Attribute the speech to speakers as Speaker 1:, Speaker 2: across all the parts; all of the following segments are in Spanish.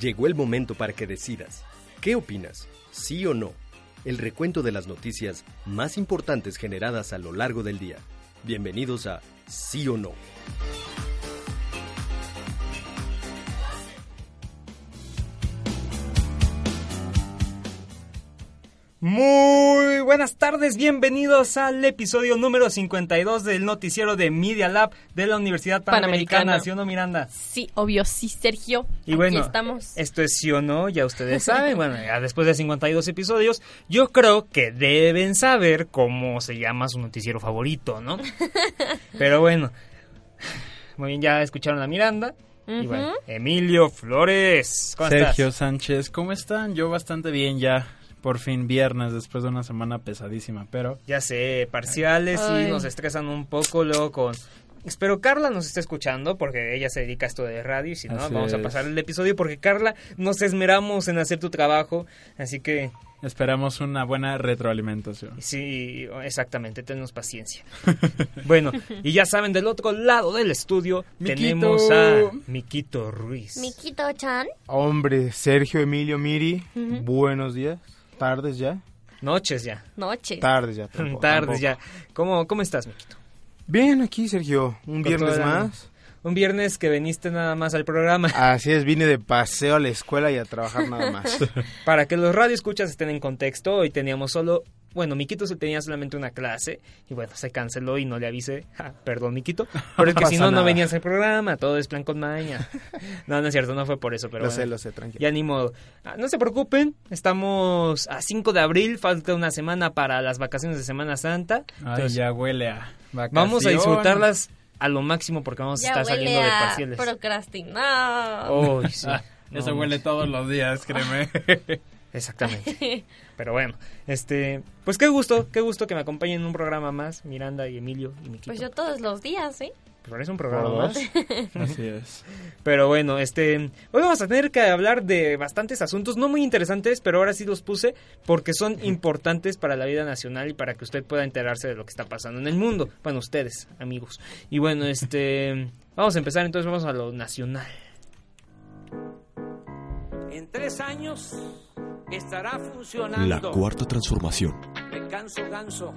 Speaker 1: Llegó el momento para que decidas. ¿Qué opinas? ¿Sí o no? el recuento de las noticias más importantes generadas a lo largo del día. Bienvenidos a Sí o No.
Speaker 2: Muy buenas tardes, bienvenidos al episodio número 52 del noticiero de Media Lab de la Universidad Panamericana,
Speaker 3: Panamericana.
Speaker 2: ¿sí o no, Miranda?
Speaker 3: Sí, obvio, sí, Sergio.
Speaker 2: Y
Speaker 3: Aquí
Speaker 2: bueno,
Speaker 3: estamos.
Speaker 2: Esto es sí o no, ya ustedes saben. Bueno, ya después de 52 episodios, yo creo que deben saber cómo se llama su noticiero favorito, ¿no? Pero bueno, muy bien, ya escucharon a Miranda. Y bueno,
Speaker 3: Ujú.
Speaker 2: Emilio Flores. ¿cómo estás?
Speaker 4: Sergio Sánchez, ¿cómo están? Yo bastante bien ya. Por fin viernes, después de una semana pesadísima, pero
Speaker 2: Ya sé, parciales sí
Speaker 3: Ay.
Speaker 2: nos estresan un poco luego con... Espero Carla nos está escuchando porque ella se dedica a esto de radio y si no,
Speaker 4: Así
Speaker 2: vamos a
Speaker 4: es.
Speaker 2: pasar el episodio porque Carla nos esmeramos en hacer tu trabajo, así que
Speaker 4: esperamos una buena retroalimentación.
Speaker 2: Sí, exactamente, tenemos paciencia. bueno, y ya saben, del otro lado del estudio
Speaker 4: Miquito.
Speaker 2: tenemos a Miquito Ruiz.
Speaker 3: Miquito Chan.
Speaker 5: Hombre, Sergio Emilio Miri, buenos días, tardes ya,
Speaker 2: Noches ya,
Speaker 3: Noche.
Speaker 5: tardes ya. tampoco-
Speaker 2: tardes
Speaker 5: tampoco.
Speaker 2: ya. ¿Cómo, ¿Cómo estás, Miquito?
Speaker 5: Bien, aquí Sergio, un viernes
Speaker 2: toda la-
Speaker 5: más.
Speaker 2: Un viernes que viniste nada más al programa
Speaker 5: Así es, vine de paseo a la escuela y a trabajar nada más.
Speaker 2: para que los radioescuchas estén en contexto. Hoy teníamos solo... Bueno, Miquito se tenía solamente una clase y bueno, se canceló y no le avisé. Ja, perdón, Miquito. Pero es que
Speaker 5: No
Speaker 2: si
Speaker 5: pasa
Speaker 2: no, no
Speaker 5: nada.
Speaker 2: venías al programa. Todo es plan con maña. No, no es cierto, no fue por eso, pero
Speaker 5: lo
Speaker 2: bueno.
Speaker 5: sé, lo sé, tranquilo.
Speaker 2: Ya ni modo. Ah, No se preocupen, estamos a 5 de abril, falta una semana para las vacaciones de Semana Santa.
Speaker 4: Ay,
Speaker 2: Entonces,
Speaker 4: ya huele a vacaciones.
Speaker 2: vamos a disfrutarlas a lo máximo porque vamos a
Speaker 3: Ya
Speaker 2: estar
Speaker 3: huele
Speaker 2: saliendo de Oh,
Speaker 3: a
Speaker 2: parciales.
Speaker 3: procrastinar.
Speaker 2: Uy, sí.
Speaker 4: Ah, eso
Speaker 2: No,
Speaker 4: huele
Speaker 2: manches.
Speaker 4: todos los días, créeme.
Speaker 2: Exactamente. Pero bueno, este, pues qué gusto, qué gusto que me acompañen en un programa más, Miranda y Emilio y Miquito.
Speaker 3: Pues yo todos los días, ¿eh?
Speaker 2: Pero es un
Speaker 5: Por
Speaker 2: programa
Speaker 5: dos.
Speaker 2: más.
Speaker 4: Así es.
Speaker 2: Pero bueno, este, hoy vamos a tener que hablar de bastantes asuntos, no muy interesantes, pero ahora sí los puse porque son importantes para la vida nacional y para que usted pueda enterarse de lo que está pasando en el mundo. Bueno, ustedes, amigos. Y bueno, este, vamos a empezar entonces, vamos a lo nacional.
Speaker 6: En tres años estará
Speaker 7: La
Speaker 6: funcionando.
Speaker 7: cuarta transformación.
Speaker 6: Me canso ganso.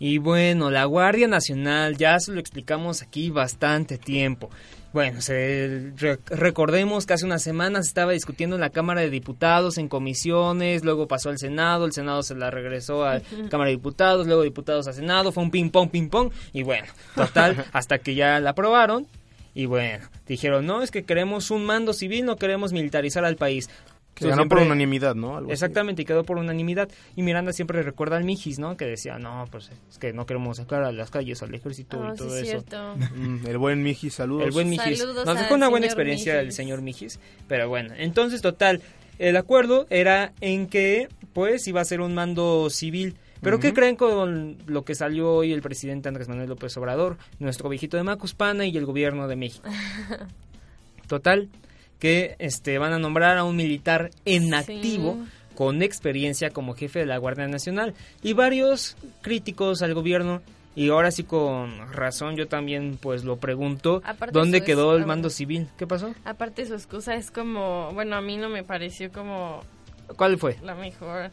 Speaker 2: Y bueno, la Guardia Nacional, ya se lo explicamos aquí bastante tiempo. Bueno, se- re- recordemos que hace unas semanas estaba discutiendo en la Cámara de Diputados, en comisiones, luego pasó al Senado, el Senado se la regresó a Cámara de Diputados, luego diputados a Senado, fue un ping-pong, ping-pong, y bueno, total, hasta que ya la aprobaron, y bueno, dijeron, no, es que queremos un mando civil, no queremos militarizar al país.
Speaker 5: Que ganó por
Speaker 2: Siempre-
Speaker 5: unanimidad, ¿no? Algo así.
Speaker 2: Exactamente, y quedó por unanimidad. Y Miranda siempre recuerda al Mijis, ¿no? Que decía, no, pues es que no queremos sacar a las calles al ejército
Speaker 3: Ah,
Speaker 2: y
Speaker 3: sí,
Speaker 2: todo eso.
Speaker 3: cierto.
Speaker 5: Mm, el buen Miji, saludos.
Speaker 2: El buen Mijis.
Speaker 3: Saludos
Speaker 2: Nos
Speaker 3: al
Speaker 2: dejó una
Speaker 3: señor
Speaker 2: buena experiencia el
Speaker 3: Mijis.
Speaker 2: señor Mijis, pero bueno. Entonces, total, el acuerdo era en que, pues, iba a ser un mando civil. Pero ¿qué creen con lo que salió hoy el presidente Andrés Manuel López Obrador, nuestro viejito de Macuspana y el gobierno de México? Total, que este, van a nombrar a un militar en activo con experiencia como jefe de la Guardia Nacional y varios críticos al gobierno y ahora sí con razón yo también pues lo pregunto
Speaker 8: Aparte
Speaker 2: dónde
Speaker 8: eso es
Speaker 2: quedó el
Speaker 8: algo-
Speaker 2: mando civil qué pasó
Speaker 8: Aparte su excusa es como, bueno, a mí no me pareció como
Speaker 2: cuál fue
Speaker 8: la mejor.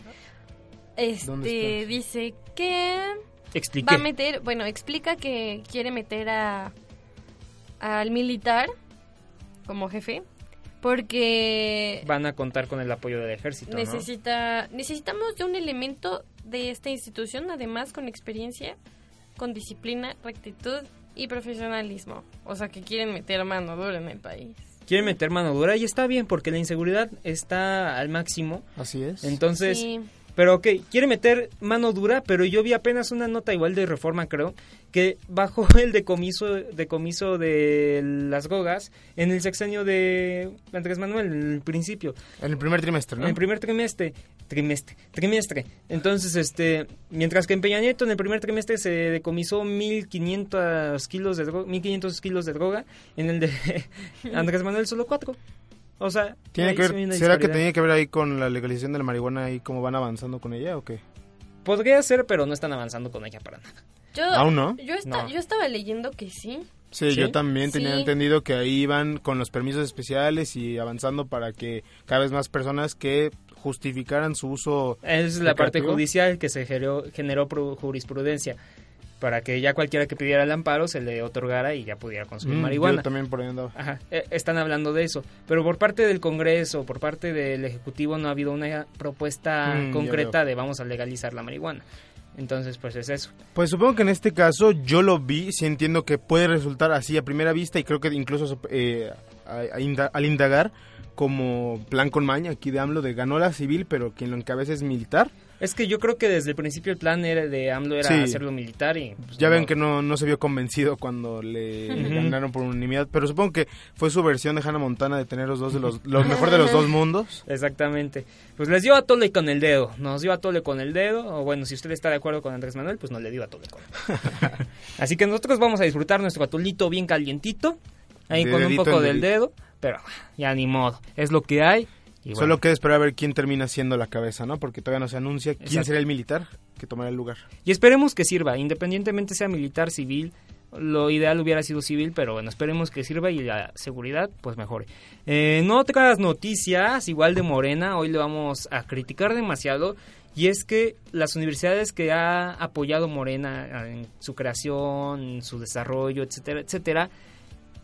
Speaker 5: ¿Dónde
Speaker 8: Este dice que va
Speaker 2: expliqué
Speaker 8: a meter, bueno, explica que quiere meter a al militar como jefe porque
Speaker 2: van a contar con el apoyo del ejército ¿no?
Speaker 8: necesita necesitamos de un elemento de esta institución además con experiencia, con disciplina, rectitud y profesionalismo. O sea, que quieren meter mano dura en el país.
Speaker 2: quieren meter mano dura y está bien porque la inseguridad está al máximo
Speaker 5: Así es.
Speaker 2: entonces
Speaker 8: Sí.
Speaker 2: Pero ok, quiere meter mano dura, pero yo vi apenas una nota igual de reforma, creo, que bajó el decomiso, decomiso de las gogas en el sexenio de Andrés Manuel, en el principio.
Speaker 5: En el primer trimestre, ¿no?
Speaker 2: En el primer trimestre. Trimestre. Trimestre. Entonces, este, mientras que en Peña Nieto en el primer trimestre se decomisó 1500 kilos de droga, 1500 kilos de droga, en el de Andrés Manuel solo 4. O sea,
Speaker 5: Tiene
Speaker 2: ahí
Speaker 5: que
Speaker 2: sí hay
Speaker 5: ver,
Speaker 2: una
Speaker 5: ¿Será que
Speaker 2: disparidad.
Speaker 5: tenía que ver ahí con la legalización de la marihuana y cómo van avanzando con ella o qué?
Speaker 2: podría ser, pero no están avanzando con ella para nada.
Speaker 8: Yo,
Speaker 5: ¿Aún no?
Speaker 8: Yo, esta-
Speaker 2: No.
Speaker 8: yo estaba leyendo que sí.
Speaker 5: Sí,
Speaker 2: ¿Sí?
Speaker 5: yo también tenía
Speaker 8: Sí.
Speaker 5: entendido que ahí iban con los permisos especiales y avanzando para que cada vez más personas que justificaran su uso.
Speaker 2: Es la parte
Speaker 5: ¿Recreativo?
Speaker 2: judicial que se generó, generó pro- jurisprudencia para que ya cualquiera que pidiera el amparo se le otorgara y ya pudiera consumir
Speaker 5: Mm,
Speaker 2: marihuana.
Speaker 5: Yo también por ahí andaba.
Speaker 2: Ajá, eh, están hablando de eso. Pero por parte del Congreso, por parte del Ejecutivo, no ha habido una propuesta
Speaker 5: Mm, ya
Speaker 2: concreta de vamos a legalizar la marihuana. Entonces, pues es eso.
Speaker 5: Pues supongo que en este caso yo lo vi, sí entiendo que puede resultar así a primera vista y creo que incluso eh, a- a inda- al indagar como plan con maña aquí de AMLO de ganó la civil pero quien lo encabeza es militar.
Speaker 2: Es que yo creo que desde el principio el plan era de AMLO era
Speaker 5: Sí.
Speaker 2: hacerlo militar y... pues,
Speaker 5: Ya
Speaker 2: no.
Speaker 5: ven que no, no se vio convencido cuando le
Speaker 2: Ujú.
Speaker 5: ganaron por unanimidad, pero supongo que fue su versión de Hannah Montana de tener los dos de los, lo mejor de los dos mundos.
Speaker 2: Exactamente. Pues les dio a Tole con el dedo. Nos dio a Tole con el dedo. O bueno, si usted está de acuerdo con Andrés Manuel, pues no le dio a Tole con el dedo. Así que nosotros vamos a disfrutar nuestro atolito bien calientito. Ahí
Speaker 5: De
Speaker 2: con un
Speaker 5: dedito
Speaker 2: poco
Speaker 5: en
Speaker 2: del
Speaker 5: dedito.
Speaker 2: dedo. Pero ah, ya ni modo. Es lo que hay. Y bueno,
Speaker 5: Solo queda esperar a ver quién termina siendo la cabeza, ¿no? Porque todavía no se anuncia quién
Speaker 2: Exacto.
Speaker 5: será el militar que tomará el lugar.
Speaker 2: Y esperemos que sirva. Independientemente sea militar, civil. Lo ideal hubiera sido civil, pero bueno, esperemos que sirva y la seguridad pues mejore. Eh, en otras noticias, igual de Morena, hoy le vamos a criticar demasiado. Y es que las universidades que ha apoyado Morena en su creación, en su desarrollo, etcétera, etcétera,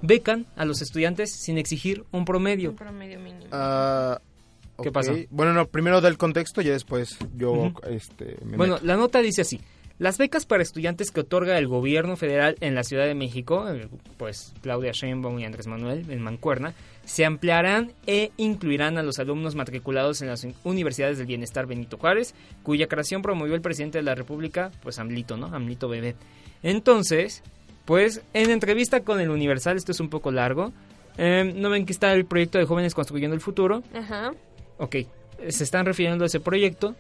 Speaker 2: becan a los estudiantes sin exigir un promedio.
Speaker 8: Un promedio mínimo.
Speaker 5: Ah,
Speaker 2: ¿Qué
Speaker 5: ok.
Speaker 2: pasó?
Speaker 5: Bueno, no, primero da el contexto y ya después yo
Speaker 2: Ujú.
Speaker 5: este, me
Speaker 2: Bueno,
Speaker 5: meto.
Speaker 2: la nota dice así. Las becas para estudiantes que otorga el gobierno federal en la Ciudad de México, eh, pues Claudia Sheinbaum y Andrés Manuel en Mancuerna, se ampliarán e incluirán a los alumnos matriculados en las un- universidades del bienestar Benito Juárez, cuya creación promovió el presidente de la República, pues Amlito, ¿no? Amlito Bebé. Entonces, pues en entrevista con el Universal, esto es un poco largo, eh, no ven que está el proyecto de jóvenes construyendo el futuro,
Speaker 8: Ajá.
Speaker 2: Ok, eh, se están refiriendo a ese proyecto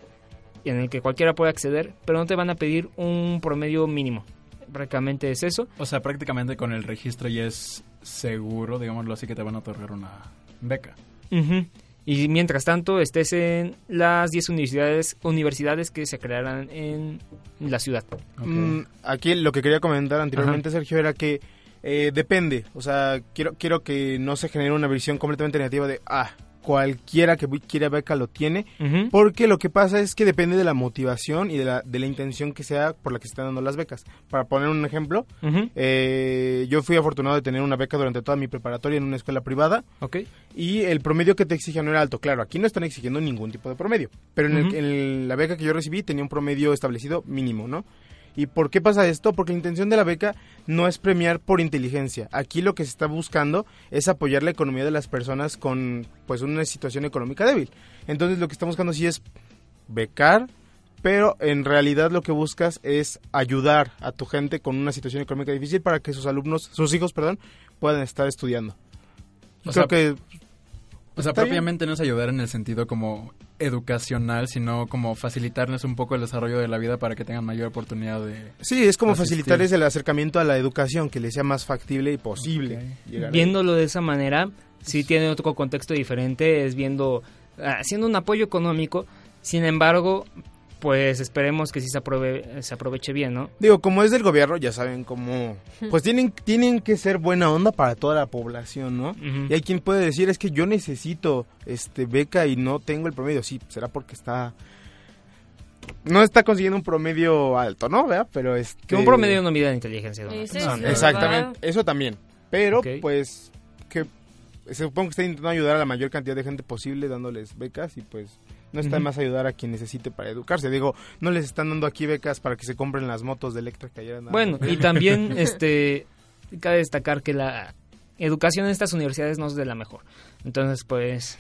Speaker 2: en el que cualquiera puede acceder, pero no te van a pedir un promedio mínimo. Prácticamente es eso.
Speaker 4: O sea, prácticamente con el registro ya es seguro, digámoslo así, que te van a otorgar una beca.
Speaker 2: Ujú. Y mientras tanto, estés en las 10 universidades, universidades que se crearán en la ciudad.
Speaker 4: Ok.
Speaker 5: Mm, aquí lo que quería comentar anteriormente, Sergio, era que eh, depende. O sea, quiero, quiero que no se genere una visión completamente negativa de, ah, cualquiera que bu- quiera beca lo tiene.
Speaker 2: Ujú.
Speaker 5: Porque lo que pasa es que depende de la motivación y de la, de la intención que sea por la que se están dando las becas. Para poner un ejemplo,
Speaker 2: Ujú.
Speaker 5: eh, yo fui afortunado de tener una beca durante toda mi preparatoria en una escuela privada
Speaker 2: Ok.
Speaker 5: y el promedio que te exigían no era alto. Claro, aquí no están exigiendo ningún tipo de promedio, pero en, el-
Speaker 2: Ujú.
Speaker 5: en el- la beca que yo recibí tenía un promedio establecido mínimo, ¿no? ¿Y por qué pasa esto? Porque la intención de la beca no es premiar por inteligencia. Aquí lo que se está buscando es apoyar la economía de las personas con pues una situación económica débil. Entonces lo que estamos buscando sí es becar, pero en realidad lo que buscas es ayudar a tu gente con una situación económica difícil para que sus alumnos, sus hijos, perdón, puedan estar estudiando.
Speaker 4: O
Speaker 5: Creo
Speaker 4: sea,
Speaker 5: que
Speaker 4: O sea,
Speaker 5: Está bien.
Speaker 4: propiamente no es ayudar en el sentido como educacional, sino como facilitarles un poco el desarrollo de la vida para que tengan mayor oportunidad de...
Speaker 5: Sí, es como
Speaker 4: asistir.
Speaker 5: facilitarles el acercamiento a la educación, que les sea más factible y posible.
Speaker 4: Ok.
Speaker 5: llegar ahí.
Speaker 2: Viéndolo de esa manera, sí tiene otro contexto diferente, es viendo, haciendo un apoyo económico, sin embargo, pues esperemos que sí se, apruebe- se aproveche bien, ¿no?
Speaker 5: Digo, como es del gobierno, ya saben cómo... Pues tienen, tienen que ser buena onda para toda la población, ¿no?
Speaker 2: Ujú.
Speaker 5: Y hay quien puede decir, es que yo necesito este beca y no tengo el promedio. Sí, será porque está... No está consiguiendo un promedio alto, ¿no? ¿Verdad? Pero este es
Speaker 2: Que un promedio no mide la inteligencia. don
Speaker 8: Ese
Speaker 2: Alberto.
Speaker 8: es
Speaker 4: no, no.
Speaker 5: Exactamente,
Speaker 8: verdad.
Speaker 5: eso también. Pero,
Speaker 2: Ok.
Speaker 5: pues, que supongo que está intentando ayudar a la mayor cantidad de gente posible dándoles becas y pues no está de
Speaker 2: Ujú.
Speaker 5: más ayudar a quien necesite para educarse. Digo, no les están dando aquí becas para que se compren las motos de Electra que ayer andaban
Speaker 2: Bueno, y también este cabe destacar que la educación en estas universidades no es de la mejor. Entonces, pues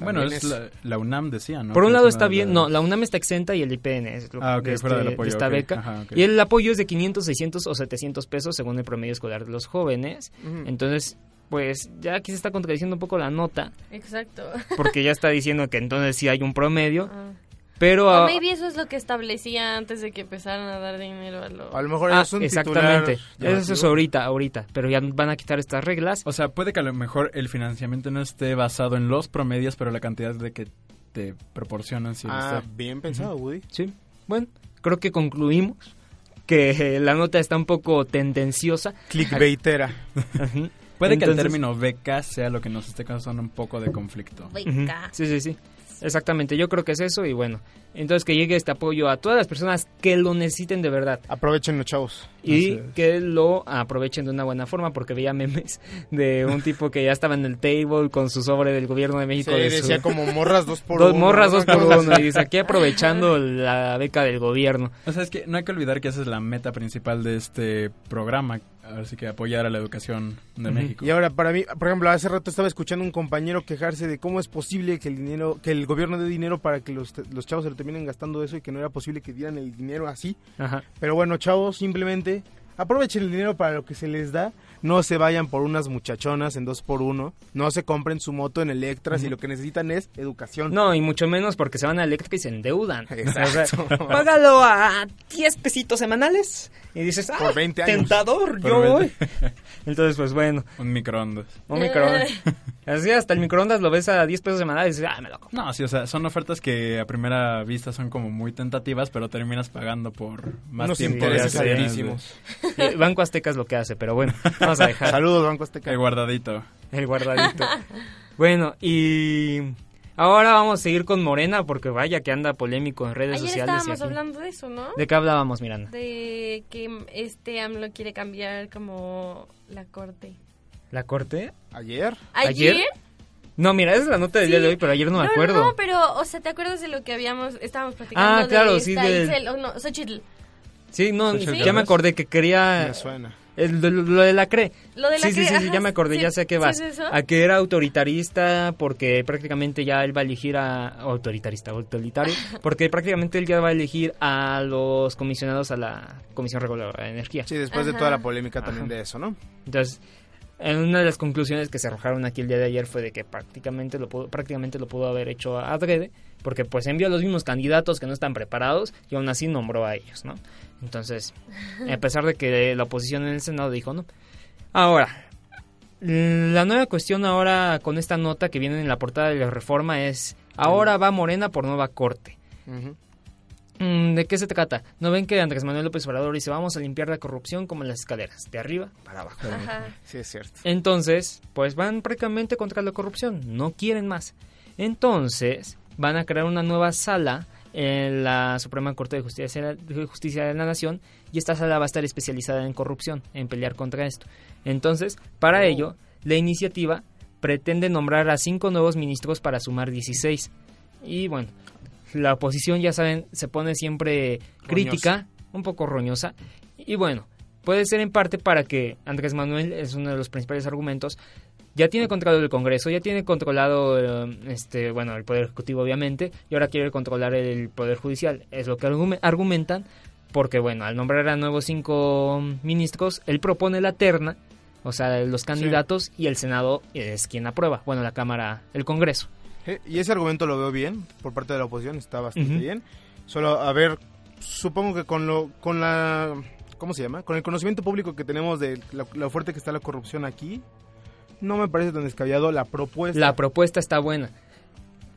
Speaker 4: Bueno,
Speaker 5: También
Speaker 4: es
Speaker 5: es-
Speaker 4: la, la UNAM decía, ¿no?
Speaker 2: Por
Speaker 4: Que
Speaker 2: un
Speaker 4: es
Speaker 2: lado
Speaker 4: una
Speaker 2: está
Speaker 4: de
Speaker 2: bien,
Speaker 4: las-
Speaker 2: no, la UNAM está exenta y el IPN es lo-
Speaker 4: Ah, ok,
Speaker 2: de
Speaker 4: fuera
Speaker 2: este-
Speaker 4: del apoyo,
Speaker 2: de esta
Speaker 4: ok,
Speaker 2: beca.
Speaker 4: ajá, ok.
Speaker 2: Y el apoyo es de 500, 600 o 700 pesos según el promedio escolar de los jóvenes.
Speaker 5: Ujú.
Speaker 2: Entonces, pues ya aquí se está contradiciendo un poco la nota,
Speaker 8: Exacto.
Speaker 2: porque ya está diciendo que entonces sí hay un promedio,
Speaker 8: Ah.
Speaker 2: pero...
Speaker 8: O
Speaker 2: ah,
Speaker 8: maybe eso es lo que establecía antes de que empezaran a dar dinero a los...
Speaker 5: A lo mejor
Speaker 2: ah,
Speaker 5: es un
Speaker 2: exactamente,
Speaker 5: titular
Speaker 2: eso es
Speaker 5: llamativo.
Speaker 2: ahorita, ahorita, pero ya van a quitar estas reglas.
Speaker 4: O sea, puede que a lo mejor el financiamiento no esté basado en los promedios, pero la cantidad de que te proporcionan sí
Speaker 5: Ah,
Speaker 4: está.
Speaker 5: bien pensado, Woody.
Speaker 2: Sí, bueno, creo que concluimos que eh, la nota está un poco tendenciosa.
Speaker 5: Clickbaitera.
Speaker 2: Ujú.
Speaker 4: Puede que el
Speaker 2: Entonces-
Speaker 4: término beca sea lo que nos esté causando un poco de conflicto.
Speaker 2: Ujú.
Speaker 3: Beca.
Speaker 2: Sí, sí, sí. Exactamente, yo creo que es eso y bueno, entonces que llegue este apoyo a todas las personas que lo necesiten de verdad
Speaker 5: Aprovechenlo, chavos.
Speaker 2: y
Speaker 4: Así es.
Speaker 2: que lo aprovechen de una buena forma porque veía memes de un tipo que ya estaba en el table con su sobre del gobierno de México.
Speaker 5: Sí,
Speaker 2: de su-
Speaker 5: decía como morras dos por
Speaker 2: dos
Speaker 5: uno.
Speaker 2: morras dos
Speaker 5: Una
Speaker 2: por
Speaker 5: cosa
Speaker 2: uno
Speaker 5: así.
Speaker 2: y dice aquí aprovechando la beca del gobierno.
Speaker 4: O sea, es que no hay que olvidar que esa es la meta principal de este programa, así que apoyar a la educación de
Speaker 2: Ujú.
Speaker 4: México.
Speaker 5: Y ahora para mí, por ejemplo, hace rato estaba escuchando un compañero quejarse de cómo es posible que el dinero, que el gobierno dé dinero para que los, los chavos se lo terminen gastando eso y que no era posible que dieran el dinero así.
Speaker 2: Ajá.
Speaker 5: Pero bueno, chavos, simplemente aprovechen el dinero para lo que se les da. No se vayan por unas muchachonas en dos por uno. No se compren su moto en Electra si lo que necesitan es educación.
Speaker 2: No, y mucho menos porque se van a Electra y se endeudan.
Speaker 5: Exacto.
Speaker 2: O sea, págalo a 10 pesitos semanales y dices, ah,
Speaker 5: Por 20 años.
Speaker 2: tentador,
Speaker 4: Por
Speaker 2: yo
Speaker 4: 20.
Speaker 2: voy. Entonces, pues bueno,
Speaker 4: Un microondas.
Speaker 2: un microondas. Así hasta el microondas lo ves a 10 pesos semanales y dices, ah, me lo compro.
Speaker 4: No, sí, o sea, son ofertas que a primera vista son como muy tentativas, pero terminas pagando por más
Speaker 5: Unos
Speaker 4: tiempo.
Speaker 5: intereses
Speaker 4: de-
Speaker 5: altísimos.
Speaker 2: Eh, Banco Azteca es lo que hace, pero bueno, vamos a dejar
Speaker 5: Saludos, Banco Azteca.
Speaker 4: El guardadito.
Speaker 2: el guardadito. Bueno, y ahora vamos a seguir con Morena porque vaya que anda polémico en redes
Speaker 8: Ayer
Speaker 2: sociales. y
Speaker 8: estábamos
Speaker 2: aquí.
Speaker 8: hablando de eso, ¿no?
Speaker 2: ¿De qué hablábamos, Miranda?
Speaker 8: De que este AMLO quiere cambiar como la corte.
Speaker 2: ¿La corte?
Speaker 5: Ayer.
Speaker 8: ¿Ayer?
Speaker 2: ¿Ayer? No, mira, esa es la nota del
Speaker 8: Sí.
Speaker 2: día de hoy, pero ayer no me acuerdo.
Speaker 8: No, pero, o sea, ¿te acuerdas de lo que habíamos, estábamos platicando?
Speaker 2: Ah, claro,
Speaker 8: de
Speaker 2: sí,
Speaker 8: esta
Speaker 2: del-
Speaker 8: Itzel- oh, no, Xochitl.
Speaker 2: Sí, no,
Speaker 4: Xochitl
Speaker 2: ya me
Speaker 4: Gálvez.
Speaker 2: acordé que quería
Speaker 5: Me suena.
Speaker 2: el, de- lo de la CRE.
Speaker 8: Lo de la
Speaker 2: sí, sí,
Speaker 8: que-
Speaker 2: sí, sí,
Speaker 8: ajá,
Speaker 2: ya me acordé,
Speaker 8: sí,
Speaker 2: ya sé a qué
Speaker 8: sí,
Speaker 2: vas.
Speaker 8: es eso.
Speaker 2: A que era autoritarista porque prácticamente ya él va a elegir a... Autoritarista, autoritario. porque prácticamente él ya va a elegir a los comisionados a la Comisión Reguladora de Energía.
Speaker 5: Sí, después de
Speaker 8: Ajá.
Speaker 5: toda la polémica también
Speaker 2: Ajá.
Speaker 5: de eso, ¿no?
Speaker 2: Entonces, en una de las conclusiones que se arrojaron aquí el día de ayer fue de que prácticamente lo pudo, prácticamente lo pudo haber hecho a adrede, porque pues envió a los mismos candidatos que no están preparados y aún así nombró a ellos, ¿no? Entonces, a pesar de que la oposición en el Senado dijo no. Ahora, la nueva cuestión ahora con esta nota que viene en la portada de la reforma es, ahora va Morena por nueva corte.
Speaker 5: Ujú.
Speaker 2: Mm, ¿De qué se trata? ¿No ven que Andrés Manuel López Obrador dice vamos a limpiar la corrupción como en las escaleras, de arriba para abajo?
Speaker 8: Ajá.
Speaker 5: Sí, es cierto.
Speaker 2: Entonces, pues van prácticamente contra la corrupción, no quieren más. Entonces, van a crear una nueva sala en la Suprema Corte de Justicia de, Justicia de la Nación y esta sala va a estar especializada en corrupción, en pelear contra esto. Entonces, para ello, la iniciativa pretende nombrar a cinco nuevos ministros para sumar 16. Y bueno, la oposición, ya saben, se pone siempre crítica, un poco roñosa. Y bueno, puede ser en parte para que Andrés Manuel, es uno de los principales argumentos, ya tiene controlado el Congreso, ya tiene controlado eh, este, bueno, el poder ejecutivo obviamente, y ahora quiere controlar el poder judicial, es lo que argume- argumentan, porque bueno, al nombrar a nuevos cinco ministros, él propone la terna, o sea, los candidatos y el Senado es quien aprueba, bueno, la Cámara, el Congreso.
Speaker 5: Eh, Y ese argumento lo veo bien por parte de la oposición, está bastante
Speaker 2: Ujú.
Speaker 5: bien. Solo, a ver, supongo que con lo, con la, ¿cómo se llama? Con el conocimiento público que tenemos de la, lo fuerte que está la corrupción aquí, no me parece tan descabellado la propuesta.
Speaker 2: La propuesta está buena.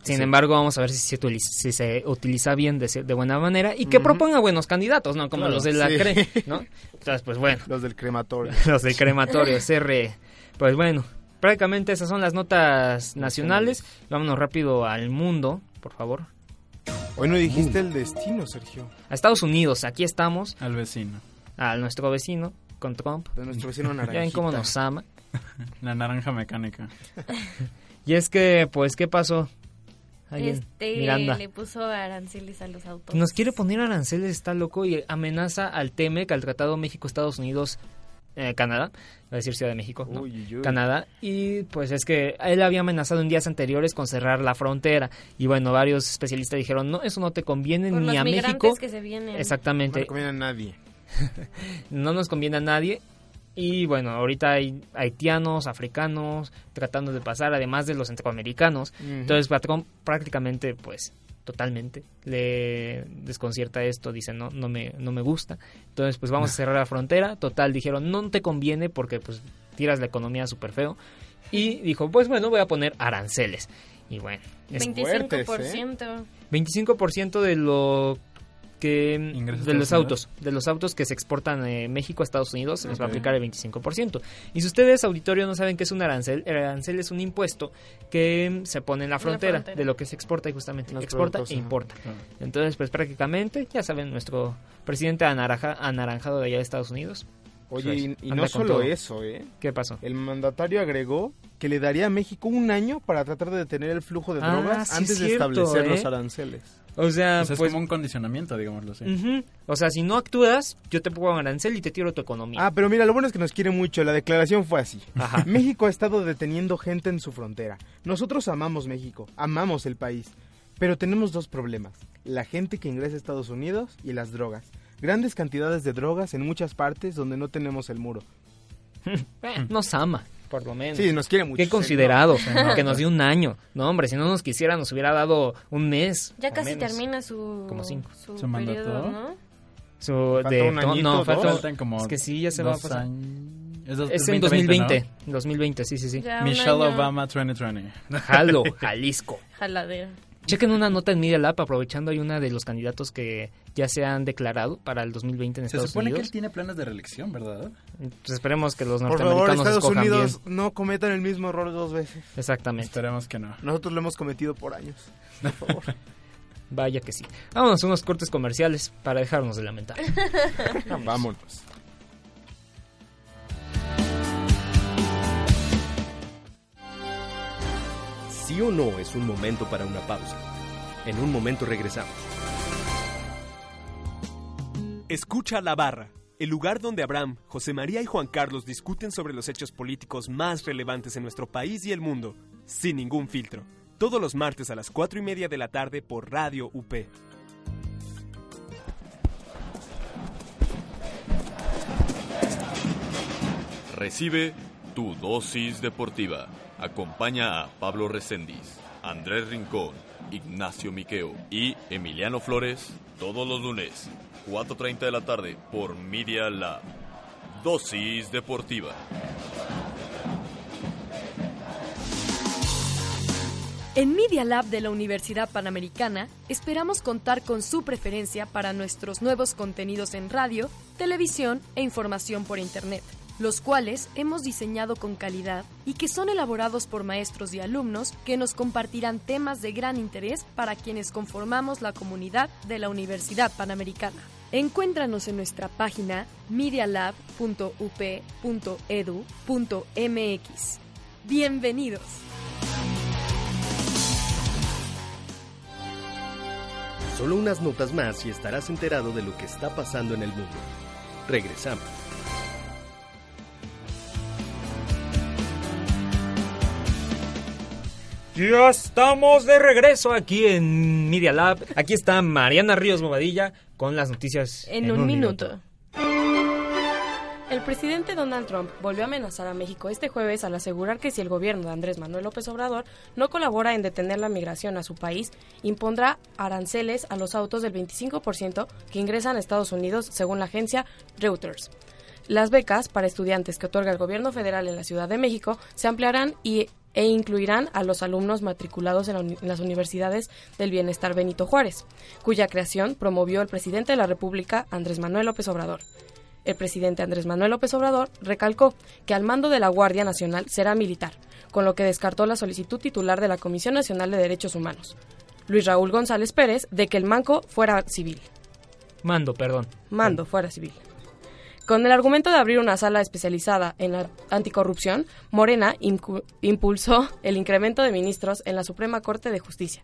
Speaker 2: Sin
Speaker 5: Sí.
Speaker 2: embargo, vamos a ver si se utiliza, si se utiliza bien de, se- de buena manera y que
Speaker 5: Ujú.
Speaker 2: proponga buenos candidatos, ¿no? Como
Speaker 5: Claro,
Speaker 2: los de la
Speaker 5: sí.
Speaker 2: CRE, ¿no? Entonces, pues bueno,
Speaker 5: los del crematorio.
Speaker 2: los del crematorio, CRE. Pues bueno, prácticamente esas son las notas nacionales. Vámonos rápido al mundo, por favor.
Speaker 5: Hoy no dijiste el destino, Sergio,
Speaker 2: A Estados Unidos, aquí estamos,
Speaker 4: Al vecino.
Speaker 2: a nuestro vecino, con Trump.
Speaker 5: de nuestro vecino
Speaker 2: Ya ven
Speaker 5: naranjita.
Speaker 2: cómo nos ama.
Speaker 4: La naranja mecánica.
Speaker 2: Y es que, pues, ¿qué pasó? Ahí en
Speaker 8: Este,
Speaker 2: Miranda.
Speaker 8: le puso aranceles a los
Speaker 2: Pues
Speaker 8: autos.
Speaker 2: Nos quiere poner aranceles, está loco, y amenaza al TEMEC, al Tratado México-Estados Unidos eh, Canadá, va a decir Ciudad de México, ¿no?
Speaker 5: Uy, uy, uy.
Speaker 2: Canadá. Y pues es que él había amenazado en días anteriores con cerrar la frontera. Y bueno, varios especialistas dijeron, no, eso no te conviene
Speaker 8: Por
Speaker 2: ni
Speaker 8: los
Speaker 2: a
Speaker 8: migrantes
Speaker 2: México.
Speaker 8: que se vienen.
Speaker 5: No
Speaker 2: Exactamente,
Speaker 5: recomienda a nadie.
Speaker 2: no nos conviene a nadie. Y bueno, ahorita hay haitianos, africanos, tratando de pasar, además de los centroamericanos. Entonces, Patrón prácticamente, pues, totalmente le desconcierta esto, dice, no, no me, no me gusta. Entonces, pues vamos a cerrar la frontera. Total, dijeron, no te conviene porque, pues, tiras la economía súper feo. Y dijo, pues bueno, voy a poner aranceles. Y bueno, es
Speaker 8: 25%.
Speaker 5: fuertes,
Speaker 2: 25% de lo que
Speaker 4: Ingresos
Speaker 2: de
Speaker 4: a
Speaker 2: los
Speaker 4: Estados Unidos.
Speaker 2: autos, de los autos que se exportan de México a Estados Unidos se les va a
Speaker 5: Ok.
Speaker 2: aplicar el 25%. Y si ustedes auditorio no saben qué es un arancel, el arancel es un impuesto que se pone en la
Speaker 8: En la
Speaker 2: frontera,
Speaker 8: frontera.
Speaker 2: de lo que se exporta y justamente
Speaker 5: Los
Speaker 2: exporta
Speaker 5: productos,
Speaker 2: e
Speaker 5: ajá.
Speaker 2: importa. Entonces, pues prácticamente, ya saben, nuestro presidente anaraja- anaranjado de allá de Estados Unidos,
Speaker 5: Oye,
Speaker 2: Eso
Speaker 5: y,
Speaker 2: es.
Speaker 5: y
Speaker 2: pues, Anda
Speaker 5: no
Speaker 2: con
Speaker 5: solo
Speaker 2: todo.
Speaker 5: eso, ¿eh?
Speaker 2: ¿qué pasó?
Speaker 5: El mandatario agregó que le daría a México un año para tratar de detener el flujo de
Speaker 2: Ah,
Speaker 5: drogas
Speaker 2: sí es
Speaker 5: antes
Speaker 2: cierto,
Speaker 5: de establecer
Speaker 2: ¿eh?
Speaker 5: los aranceles.
Speaker 2: O sea,
Speaker 4: O sea, es
Speaker 2: pues... Mm.
Speaker 4: como un condicionamiento, digámoslo así.
Speaker 2: ujú. O sea, si no actúas, yo te pongo un arancel y te tiro tu economía.
Speaker 5: Ah, pero mira, lo bueno es que nos quiere mucho. La declaración fue así.
Speaker 2: Ajá.
Speaker 5: México ha estado deteniendo gente en su frontera. Nosotros amamos México, amamos el país. Pero tenemos dos problemas. La gente que ingresa a Estados Unidos y las drogas. Grandes cantidades de drogas en muchas partes donde no tenemos el muro.
Speaker 2: Eh, Nos ama, por lo menos.
Speaker 5: Sí, nos quiere mucho.
Speaker 2: Qué
Speaker 5: señor.
Speaker 2: considerado,
Speaker 4: no.
Speaker 2: que nos dio un año. No, hombre, si no nos quisiera, nos hubiera dado un mes.
Speaker 8: Ya
Speaker 2: o
Speaker 8: casi
Speaker 2: menos.
Speaker 8: termina su,
Speaker 2: Como cinco.
Speaker 8: su
Speaker 4: ¿Se mandó
Speaker 8: periodo,
Speaker 4: todo?
Speaker 8: ¿no?
Speaker 2: Su-
Speaker 5: Falta
Speaker 2: de-
Speaker 5: un
Speaker 2: to-
Speaker 5: añito,
Speaker 2: no,
Speaker 5: dos.
Speaker 2: falta-
Speaker 4: Faltan como
Speaker 2: Es que sí, ya se va a
Speaker 4: dos
Speaker 2: pasar.
Speaker 4: años. Es, dos-
Speaker 2: Es en 2020,
Speaker 4: 2020,
Speaker 2: 2020, sí, sí, sí.
Speaker 8: Ya
Speaker 4: ¿no?
Speaker 8: un
Speaker 4: Michelle
Speaker 8: año.
Speaker 4: Obama 2020.
Speaker 2: Jalo, Jalisco.
Speaker 8: Jaladera.
Speaker 2: Chequen una nota en Media Lab, aprovechando hay una de los candidatos que ya se han declarado para el 2020 en
Speaker 4: Se
Speaker 2: Estados
Speaker 4: supone que
Speaker 2: Unidos.
Speaker 4: él tiene planes de reelección, ¿verdad?
Speaker 2: Entonces, esperemos que los
Speaker 5: Por favor,
Speaker 2: norteamericanos
Speaker 5: Estados
Speaker 2: escojan
Speaker 5: Unidos, no cometan el mismo error dos veces.
Speaker 2: bien. Exactamente.
Speaker 4: Esperemos que no.
Speaker 5: Nosotros lo hemos cometido por años. Por favor.
Speaker 2: Vaya que sí. Vámonos a unos cortes comerciales para dejarnos de lamentar.
Speaker 5: Vámonos.
Speaker 1: Sí o no es un momento para una pausa. En un momento regresamos.
Speaker 7: Escucha La Barra, el lugar donde Abraham, José María y Juan Carlos discuten sobre los hechos políticos más relevantes en nuestro país y el mundo, sin ningún filtro. Todos los martes a las 4 y media de la tarde por Radio UP.
Speaker 9: Recibe tu dosis deportiva. Acompaña a Pablo Reséndiz, Andrés Rincón, Ignacio Miqueo y Emiliano Flores todos los lunes, 4.30 de la tarde por Media Lab. Dosis deportiva.
Speaker 10: En Media Lab de la Universidad Panamericana esperamos contar con su preferencia para nuestros nuevos contenidos en radio, televisión e información por Internet, los cuales hemos diseñado con calidad y que son elaborados por maestros y alumnos que nos compartirán temas de gran interés para quienes conformamos la comunidad de la Universidad Panamericana. Encuéntranos en nuestra página e medialab.up.edu.mx. Bienvenidos.
Speaker 1: Solo unas notas más y estarás enterado de lo que está pasando en el mundo. Regresamos.
Speaker 2: Ya estamos de regreso aquí en Media Lab. Aquí está Mariana Ríos Bobadilla con las noticias
Speaker 8: En, un, minuto. El presidente Donald Trump volvió a amenazar a México este jueves al asegurar que si el gobierno de Andrés Manuel López Obrador no colabora en detener la migración a su país, impondrá aranceles a los autos del 25% que ingresan a Estados Unidos, según la agencia Reuters. Las becas para estudiantes que otorga el gobierno federal en la Ciudad de México se ampliarán y- e incluirán a los alumnos matriculados en, la uni- en las universidades del bienestar Benito Juárez, cuya creación promovió el presidente de la República, Andrés Manuel López Obrador. El presidente Andrés Manuel López Obrador recalcó que al mando de la Guardia Nacional será militar, con lo que descartó la solicitud titular de la Comisión Nacional de Derechos Humanos, Luis Raúl González Pérez, de que el manco fuera civil
Speaker 2: Mando, perdón.
Speaker 8: mando fuera civil. Con el argumento de abrir una sala especializada en la anticorrupción, Morena imcu- impulsó el incremento de ministros en la Suprema Corte de Justicia.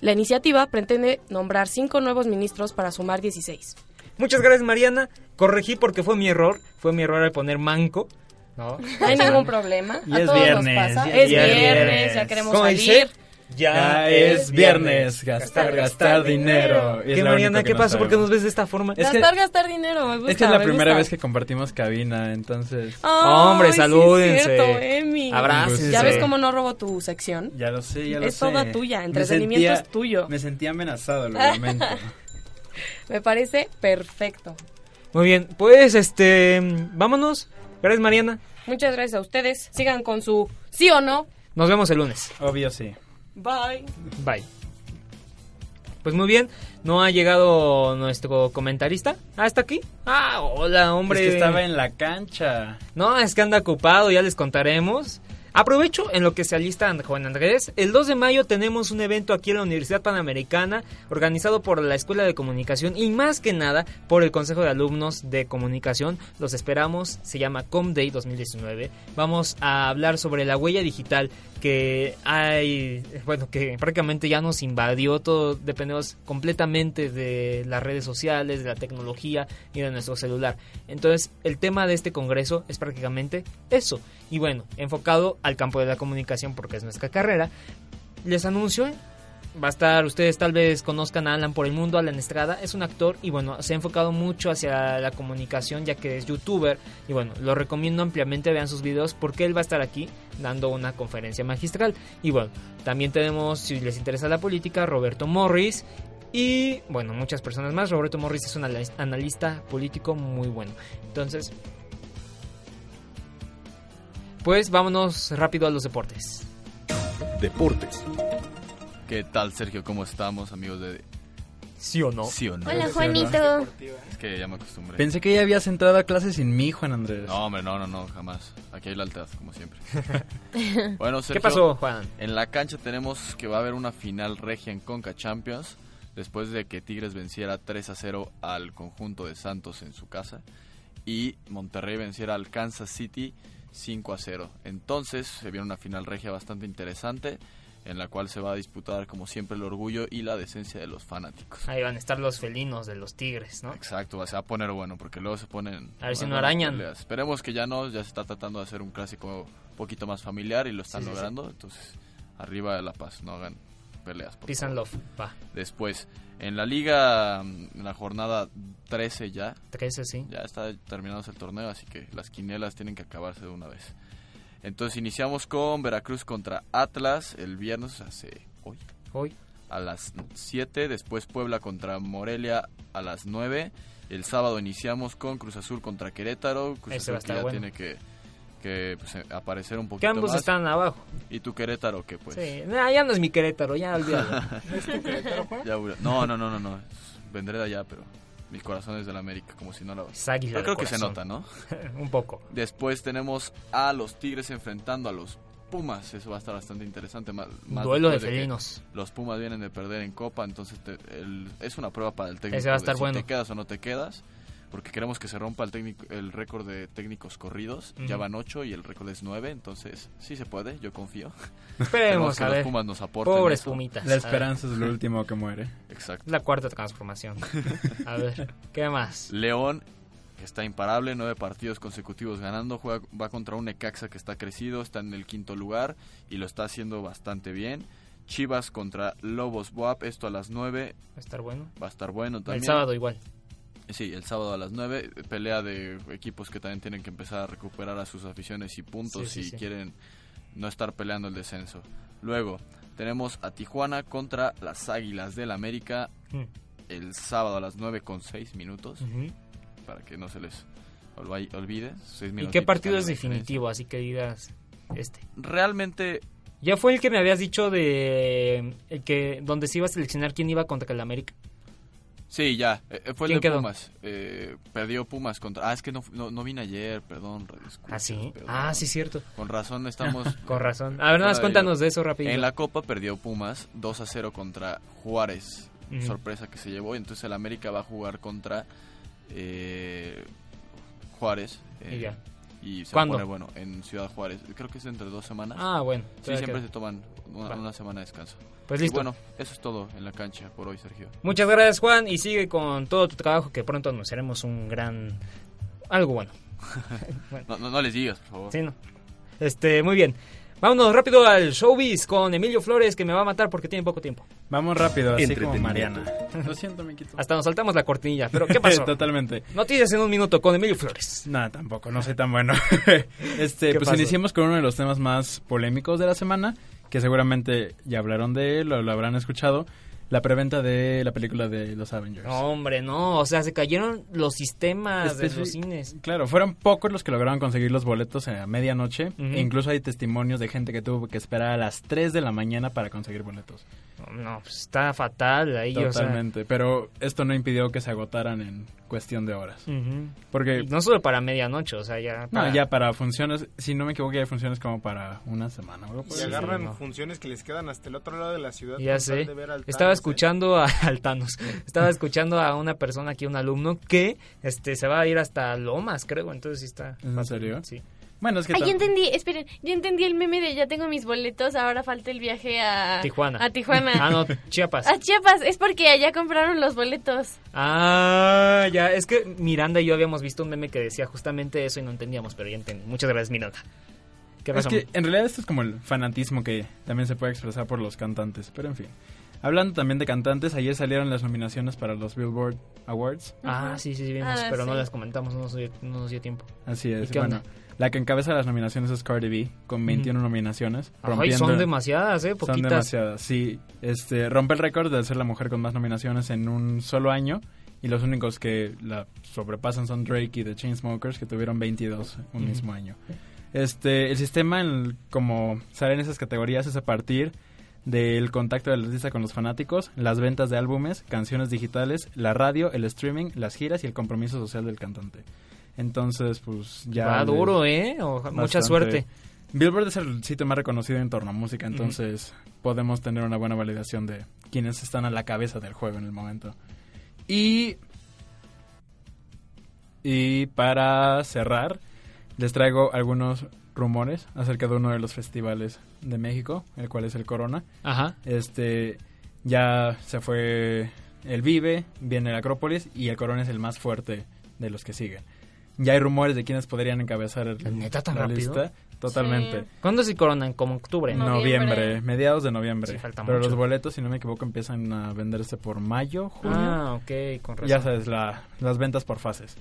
Speaker 8: La iniciativa pretende nombrar cinco nuevos ministros para sumar 16.
Speaker 2: Muchas gracias, Mariana. Corregí porque fue mi error. Fue mi error al poner manco. No,
Speaker 8: No hay
Speaker 2: O sea,
Speaker 8: ningún problema.
Speaker 2: Y
Speaker 8: a
Speaker 2: es
Speaker 8: todos
Speaker 2: viernes,
Speaker 8: nos pasa.
Speaker 2: ya
Speaker 8: es
Speaker 2: es
Speaker 8: viernes,
Speaker 2: viernes.
Speaker 8: ya queremos
Speaker 2: ¿Cómo
Speaker 8: salir.
Speaker 2: dice? Ya, es viernes.
Speaker 4: Gastar, gastar dinero.
Speaker 2: ¿Qué, Mariana, qué pasó? ¿Por qué nos ves de esta forma?
Speaker 4: Es que-
Speaker 8: gastar, gastar dinero, me gusta.
Speaker 4: es que es la
Speaker 8: me
Speaker 4: primera
Speaker 8: gusta. Ah.
Speaker 4: vez que compartimos cabina, entonces.
Speaker 8: Ay,
Speaker 2: Hombre,
Speaker 8: sí es
Speaker 2: salúdense.
Speaker 8: cierto, Emi.
Speaker 2: Abrácense.
Speaker 8: ¿Ya ves cómo no robo tu sección?
Speaker 4: Ya lo sé, ya
Speaker 8: lo Es sé. toda tuya, entretenimiento es tuyo. Ah.
Speaker 4: Me sentía amenazado, lo
Speaker 8: lamento.
Speaker 4: lamento.
Speaker 8: Me parece perfecto.
Speaker 2: Muy bien, pues este. Vámonos. Gracias, Mariana.
Speaker 8: Muchas gracias a ustedes. Sigan con su sí o no.
Speaker 2: Nos vemos el lunes.
Speaker 4: Obvio, sí.
Speaker 8: Bye.
Speaker 2: Bye. Pues muy bien, no ha llegado nuestro comentarista. Ah, ¿está aquí? Ah, hola, hombre.
Speaker 4: Es que estaba en la cancha.
Speaker 2: No, es que anda ocupado, ya les contaremos. Aprovecho en lo que se alista And- Juan Andrés. El 2 de mayo tenemos un evento aquí en la Universidad Panamericana organizado por la Escuela de Comunicación y más que nada por el Consejo de Alumnos de Comunicación. Los esperamos, se llama ComDay 2019. Vamos a hablar sobre la huella digital que hay, bueno, que prácticamente ya nos invadió todo, dependemos completamente de las redes sociales, de la tecnología y de nuestro celular. Entonces, el tema de este congreso es prácticamente eso. Y bueno, enfocado al campo de la comunicación porque es nuestra carrera. Les anuncio, va a estar, ustedes tal vez conozcan a Alan por el mundo, Alan Estrada, es un actor y bueno, se ha enfocado mucho hacia la comunicación ya que es youtuber y bueno, lo recomiendo ampliamente, vean sus videos porque él va a estar aquí dando una conferencia magistral. Y bueno, también tenemos, si les interesa la política, Roberto Morris. Y bueno, muchas personas más. Roberto Morris es un anal- analista político muy bueno. Entonces, pues vámonos rápido a los deportes.
Speaker 1: Deportes.
Speaker 9: ¿Qué tal, Sergio? ¿Cómo estamos, amigos de
Speaker 2: ¿Sí o no?
Speaker 9: Sí o No?
Speaker 3: Hola, Juanito.
Speaker 9: Es que ya me acostumbré.
Speaker 4: Pensé que ya habías entrado a clase sin mí, Juan Andrés.
Speaker 9: No, hombre, no, no, no, jamás. Aquí hay lealtad, como siempre. bueno, Sergio,
Speaker 2: ¿Qué pasó, Juan?
Speaker 9: En la cancha tenemos que va a haber una final regia en Conca Champions después de que Tigres venciera 3 a 0 al conjunto de Santos en su casa y Monterrey venciera al Kansas City 5 a 0. Entonces se viene una final regia bastante interesante en la cual se va a disputar como siempre el orgullo y la decencia de los fanáticos.
Speaker 2: Ahí van a estar los felinos de los tigres, ¿no?
Speaker 9: Exacto, se va a poner bueno porque luego se ponen...
Speaker 2: A ver si no
Speaker 9: algunas
Speaker 2: arañan.
Speaker 9: peleas. Esperemos que ya no, ya se está tratando de hacer un clásico un poquito más familiar y lo están
Speaker 2: Sí, sí, sí.
Speaker 9: logrando. Entonces, arriba de La Paz, no hagan peleas. por
Speaker 2: Peace and
Speaker 9: favor.
Speaker 2: love. Va.
Speaker 9: Después, en la liga, mm, en la jornada 13 ya,
Speaker 2: 13, sí.
Speaker 9: ya está terminado el torneo, así que las quinielas tienen que acabarse de una vez. Entonces iniciamos con Veracruz contra Atlas el viernes, o sea, se- hoy,
Speaker 2: Hoy.
Speaker 9: a las 7, después Puebla contra Morelia a las 9. El sábado iniciamos con Cruz Azul contra Querétaro. Cruz
Speaker 2: Ese va a
Speaker 9: Azul que
Speaker 2: estar
Speaker 9: ya
Speaker 2: bueno.
Speaker 9: tiene que, que, pues, eh, aparecer un
Speaker 2: Que
Speaker 9: poquito
Speaker 2: ambos
Speaker 9: más.
Speaker 2: están abajo.
Speaker 9: Y tu Querétaro que pues...
Speaker 2: Sí. Nah, ya no es mi Querétaro, ya olvídalo.
Speaker 9: ya hubiera- no, no, no, no, no. Vendré de allá, pero mi corazón es del América, como si no lo...
Speaker 2: Es águila
Speaker 9: Yo
Speaker 2: de
Speaker 9: creo que se
Speaker 2: corazón.
Speaker 9: nota, ¿no?
Speaker 2: Un poco.
Speaker 9: Después tenemos a los Tigres enfrentando a los Pumas. Eso va a estar bastante interesante. Más, más
Speaker 2: Duelo de
Speaker 9: después que
Speaker 2: felinos.
Speaker 9: los Pumas vienen de perder en Copa, entonces te- el- es una prueba para el técnico.
Speaker 2: Ese va a
Speaker 9: de
Speaker 2: estar
Speaker 9: si
Speaker 2: bueno.
Speaker 9: te quedas o no te quedas, porque queremos que se rompa el técnico, el récord de técnicos corridos.
Speaker 2: Ujú.
Speaker 9: Ya van 8 y el récord es 9, entonces sí se puede, yo confío.
Speaker 2: Esperemos
Speaker 9: que
Speaker 2: a
Speaker 9: los
Speaker 2: ver.
Speaker 9: Pumas nos aporten.
Speaker 2: Pobres
Speaker 9: eso.
Speaker 2: pumitas.
Speaker 4: La
Speaker 2: A ver.
Speaker 4: esperanza es lo último que muere.
Speaker 9: Exacto.
Speaker 2: La cuarta transformación. A ver, ¿qué más?
Speaker 9: León, que está imparable, nueve partidos consecutivos ganando, juega, va contra un Necaxa que está crecido, está en el quinto lugar y lo está haciendo bastante bien. Chivas contra Lobos Boap, esto a las 9,
Speaker 2: Va a estar bueno.
Speaker 9: va a estar bueno también.
Speaker 2: El sábado igual.
Speaker 9: Sí, el sábado a las 9, pelea de equipos que también tienen que empezar a recuperar a sus aficiones y puntos
Speaker 2: Sí, sí,
Speaker 9: si
Speaker 2: sí.
Speaker 9: quieren no estar peleando el descenso. Luego, tenemos a Tijuana contra las Águilas del América
Speaker 2: Mm.
Speaker 9: el sábado a las 9 con 6 minutos
Speaker 2: Ujú.
Speaker 9: para que no se les olvi- olvide. seis
Speaker 2: Hmm. ¿Y
Speaker 9: minutitos
Speaker 2: qué partido
Speaker 9: cambia
Speaker 2: es
Speaker 9: la diferencia.
Speaker 2: definitivo? Así que digas este.
Speaker 9: Realmente,
Speaker 2: Ya fue el que me habías dicho de el que donde se iba a seleccionar quién iba contra el América.
Speaker 9: sí, ya. eh, eh, fue el
Speaker 2: ¿Quién
Speaker 9: de
Speaker 2: quedó?
Speaker 9: Pumas. eh, perdió Pumas contra. Ah, es que no, no, no vine ayer, perdón. radio escuchas,
Speaker 2: Ah, sí.
Speaker 9: perdón.
Speaker 2: Ah, sí, cierto.
Speaker 9: Con razón estamos.
Speaker 2: Con razón. A ver, nada más
Speaker 9: Fuera de
Speaker 2: cuéntanos
Speaker 9: ello.
Speaker 2: de eso rápido.
Speaker 9: En la Copa perdió Pumas 2 a 0 contra Juárez.
Speaker 2: Ujú.
Speaker 9: Sorpresa que se llevó. Entonces el América va a jugar contra eh, Juárez. eh,
Speaker 2: Y ya.
Speaker 9: y se
Speaker 2: ¿Cuándo?
Speaker 9: pone bueno en Ciudad Juárez. Creo que es entre dos semanas.
Speaker 2: Ah, bueno,
Speaker 9: Sí,
Speaker 2: todavía
Speaker 9: siempre
Speaker 2: queda.
Speaker 9: se toman una,
Speaker 2: Va.
Speaker 9: una semana de descanso.
Speaker 2: Pues
Speaker 9: Y
Speaker 2: listo.
Speaker 9: bueno, eso es todo en la cancha por hoy, Sergio.
Speaker 2: Muchas gracias, Juan, y sigue con todo tu trabajo que pronto anunciaremos un gran. algo bueno.
Speaker 9: No, no, no les digas, por favor.
Speaker 2: Sí, no. Este, muy bien. Vámonos rápido al showbiz con Emilio Flores, que me va a matar porque tiene poco tiempo.
Speaker 4: Vamos rápido, así como
Speaker 2: Entretenimiento.
Speaker 4: Mariana. Lo siento, me quito.
Speaker 2: Hasta nos saltamos la cortinilla, pero ¿qué pasó?
Speaker 4: Totalmente.
Speaker 2: Noticias en un minuto con Emilio Flores.
Speaker 4: Nada, tampoco, no soy tan bueno.
Speaker 2: ¿Qué
Speaker 4: este, pues
Speaker 2: pasó?
Speaker 4: iniciemos con uno de los temas más polémicos de la semana, que seguramente ya hablaron de él o lo habrán escuchado, la preventa de la película de los Avengers.
Speaker 2: No, hombre, no. O sea, se cayeron los sistemas de
Speaker 4: Especi-
Speaker 2: los cines.
Speaker 4: Claro, fueron pocos los que lograron conseguir los boletos a medianoche.
Speaker 2: Ujú.
Speaker 4: E incluso hay testimonios de gente que tuvo que esperar a las 3 de la mañana para conseguir boletos.
Speaker 2: No, pues está fatal ahí, o sea.
Speaker 4: Totalmente, pero esto no impidió que se agotaran en cuestión de horas.
Speaker 2: Ujú.
Speaker 4: Porque
Speaker 2: Y no solo para medianoche, o sea, ya.
Speaker 4: Eh, No,
Speaker 2: para-
Speaker 4: ya para funciones, si no me equivoco, ya hay funciones como para una semana o algo por
Speaker 5: Y
Speaker 4: el estilo.
Speaker 5: agarran
Speaker 2: no.
Speaker 5: funciones que les quedan hasta el otro lado de la ciudad.
Speaker 2: Ya
Speaker 5: con tal
Speaker 2: sé.
Speaker 5: de ver al
Speaker 2: Estaba
Speaker 5: Thanos, ¿eh?
Speaker 2: escuchando a Altanos. Estaba escuchando a una persona aquí, un alumno, que este se va a ir hasta Lomas, creo. Entonces sí está.
Speaker 4: ¿Es en serio?
Speaker 2: Sí.
Speaker 4: Bueno, es que
Speaker 3: Ay,
Speaker 4: tam-
Speaker 3: yo entendí, esperen, yo entendí el meme de ya tengo mis boletos, Ah, ahora falta el viaje a
Speaker 2: Tijuana.
Speaker 3: A Tijuana.
Speaker 2: Ah, no, Chiapas.
Speaker 3: A Chiapas, es porque allá compraron los boletos.
Speaker 2: Ah, ya. Es que Miranda y yo habíamos visto un meme que decía justamente eso y no entendíamos, pero ya entendí. Muchas gracias, Miranda. ¿Qué
Speaker 4: es
Speaker 2: pasó?
Speaker 4: que en realidad esto es como el fanatismo que también se puede expresar por los cantantes, pero en fin. Hablando también de cantantes, ayer salieron las nominaciones para los Billboard Awards.
Speaker 2: Ah, sí, sí, sí, vimos,
Speaker 3: Ah,
Speaker 2: pero no
Speaker 3: sí.
Speaker 2: las comentamos, no nos dio, no nos dio tiempo.
Speaker 4: Así es.
Speaker 2: ¿Y qué
Speaker 4: bueno,
Speaker 2: onda?
Speaker 4: la que encabeza las nominaciones es Cardi B con 21 nominaciones,
Speaker 2: Ay,
Speaker 4: rompiendo
Speaker 2: son demasiadas, ¿eh?
Speaker 4: Son
Speaker 2: Poquitas.
Speaker 4: demasiadas, sí. Este, rompe el récord de ser la mujer con más nominaciones en un solo año. Y los únicos que la sobrepasan son Drake y The Chainsmokers, que tuvieron 22 un
Speaker 2: Ujú.
Speaker 4: mismo año. Este, el sistema, en- como salen esas categorías, es a partir del contacto del artista con los fanáticos, las ventas de álbumes, canciones digitales, la radio, el streaming, las giras y el compromiso social del cantante. Entonces, pues ya...
Speaker 2: Va
Speaker 4: le-
Speaker 2: duro, ¿eh? Oja- mucha
Speaker 4: bastante.
Speaker 2: suerte.
Speaker 4: Billboard es el sitio más reconocido en torno a música, entonces podemos tener una buena validación de quienes están a la cabeza del juego en el momento. Y. Y para cerrar, les traigo algunos rumores acerca de uno de los festivales de México, el cual es el Corona.
Speaker 2: Ajá.
Speaker 4: Este. Ya se fue el Vive, viene el Acrópolis y el Corona es el más fuerte de los que siguen. Ya hay rumores de quienes podrían encabezar el,
Speaker 2: ¿Neta tan
Speaker 4: la
Speaker 2: rápido?
Speaker 4: lista. Totalmente.
Speaker 3: Sí.
Speaker 2: ¿Cuándo se coronan? Como octubre.
Speaker 3: No.
Speaker 4: Noviembre.
Speaker 3: Noviembre.
Speaker 4: mediados de noviembre.
Speaker 2: Sí, falta
Speaker 4: Pero
Speaker 2: mucho.
Speaker 4: los boletos, si no me equivoco, empiezan a venderse por mayo, junio.
Speaker 2: Ah, ok, con razón.
Speaker 4: ya sabes, la- las ventas por fases.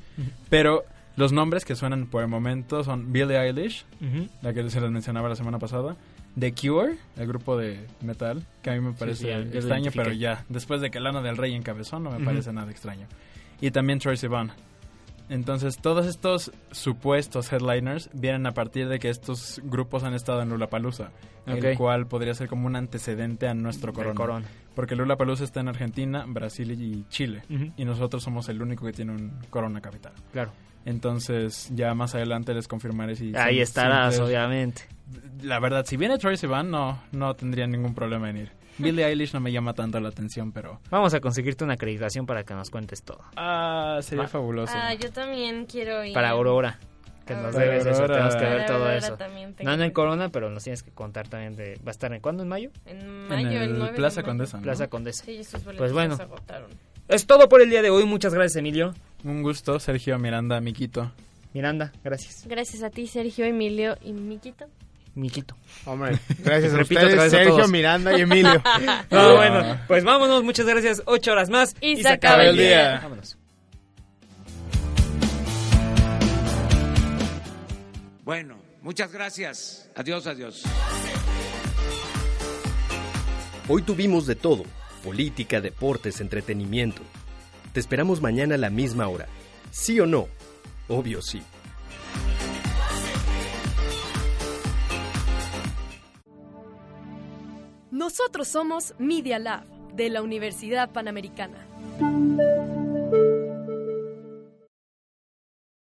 Speaker 4: Pero los nombres que suenan por el momento son Billie Eilish,
Speaker 2: Ujú.
Speaker 4: la que se les mencionaba la semana pasada, The Cure, el grupo de metal, que a mí me parece
Speaker 2: sí, ya- ya lo
Speaker 4: extraño, pero
Speaker 2: identifiqué.
Speaker 4: ya, después de que Lana del Rey encabezó, no me
Speaker 2: Ujú.
Speaker 4: parece nada extraño. Y también Troy Sivan. Entonces, todos estos supuestos headliners vienen a partir de que estos grupos han estado en Lollapalooza,
Speaker 2: Ok.
Speaker 4: el cual podría ser como un antecedente a nuestro
Speaker 2: Del
Speaker 4: corona.
Speaker 2: corona.
Speaker 4: Porque Lollapalooza está en Argentina, Brasil y Chile,
Speaker 2: Ujú.
Speaker 4: y nosotros somos el único que tiene un corona capital.
Speaker 2: Claro.
Speaker 4: Entonces, ya más adelante les confirmaré si...
Speaker 2: Ahí
Speaker 4: si-
Speaker 2: estarás,
Speaker 4: si-
Speaker 2: obviamente.
Speaker 4: la verdad, si viene Troye Sivan, no, no tendría ningún problema en ir. Billie Eilish no me llama tanto la atención, pero...
Speaker 2: Vamos a conseguirte una acreditación para que nos cuentes todo.
Speaker 4: Ah, sería fabuloso.
Speaker 3: Ah, yo también quiero ir.
Speaker 2: Para Aurora, que nos
Speaker 3: Para
Speaker 2: debes eso,
Speaker 4: Aurora.
Speaker 2: tenemos que
Speaker 3: Para
Speaker 2: ver todo
Speaker 3: Aurora
Speaker 2: eso.
Speaker 3: también te
Speaker 2: No en
Speaker 3: quiero.
Speaker 2: el corona, pero nos tienes que contar también de... ¿Va a estar en cuándo? ¿En mayo?
Speaker 3: En
Speaker 4: en
Speaker 3: mayo, el,
Speaker 4: el
Speaker 3: 9 de
Speaker 4: Plaza
Speaker 3: mayo.
Speaker 4: Condesa, ¿no?
Speaker 2: Plaza Condesa.
Speaker 3: Sí, sus boletos
Speaker 2: Pues bueno.
Speaker 3: se agotaron.
Speaker 2: Es todo por el día de hoy. Muchas gracias, Emilio.
Speaker 4: Un gusto, Sergio Miranda, Miquito.
Speaker 2: Miranda, gracias.
Speaker 3: Gracias a ti, Sergio, Emilio y Miquito.
Speaker 2: Miquito.
Speaker 5: Hombre, gracias a
Speaker 2: Repito otra
Speaker 5: ustedes,
Speaker 2: vez a
Speaker 5: Sergio,
Speaker 2: todos.
Speaker 5: Miranda y Emilio.
Speaker 2: No, bueno, pues vámonos. Muchas gracias. Ocho horas más.
Speaker 3: Y se acaba el día.
Speaker 2: Vámonos.
Speaker 6: Bueno, muchas gracias. Adiós, adiós.
Speaker 1: Hoy tuvimos de todo, política, deportes, entretenimiento. Te esperamos mañana a la misma hora. ¿Sí o no? Obvio sí.
Speaker 10: Nosotros somos Media Lab de la Universidad Panamericana.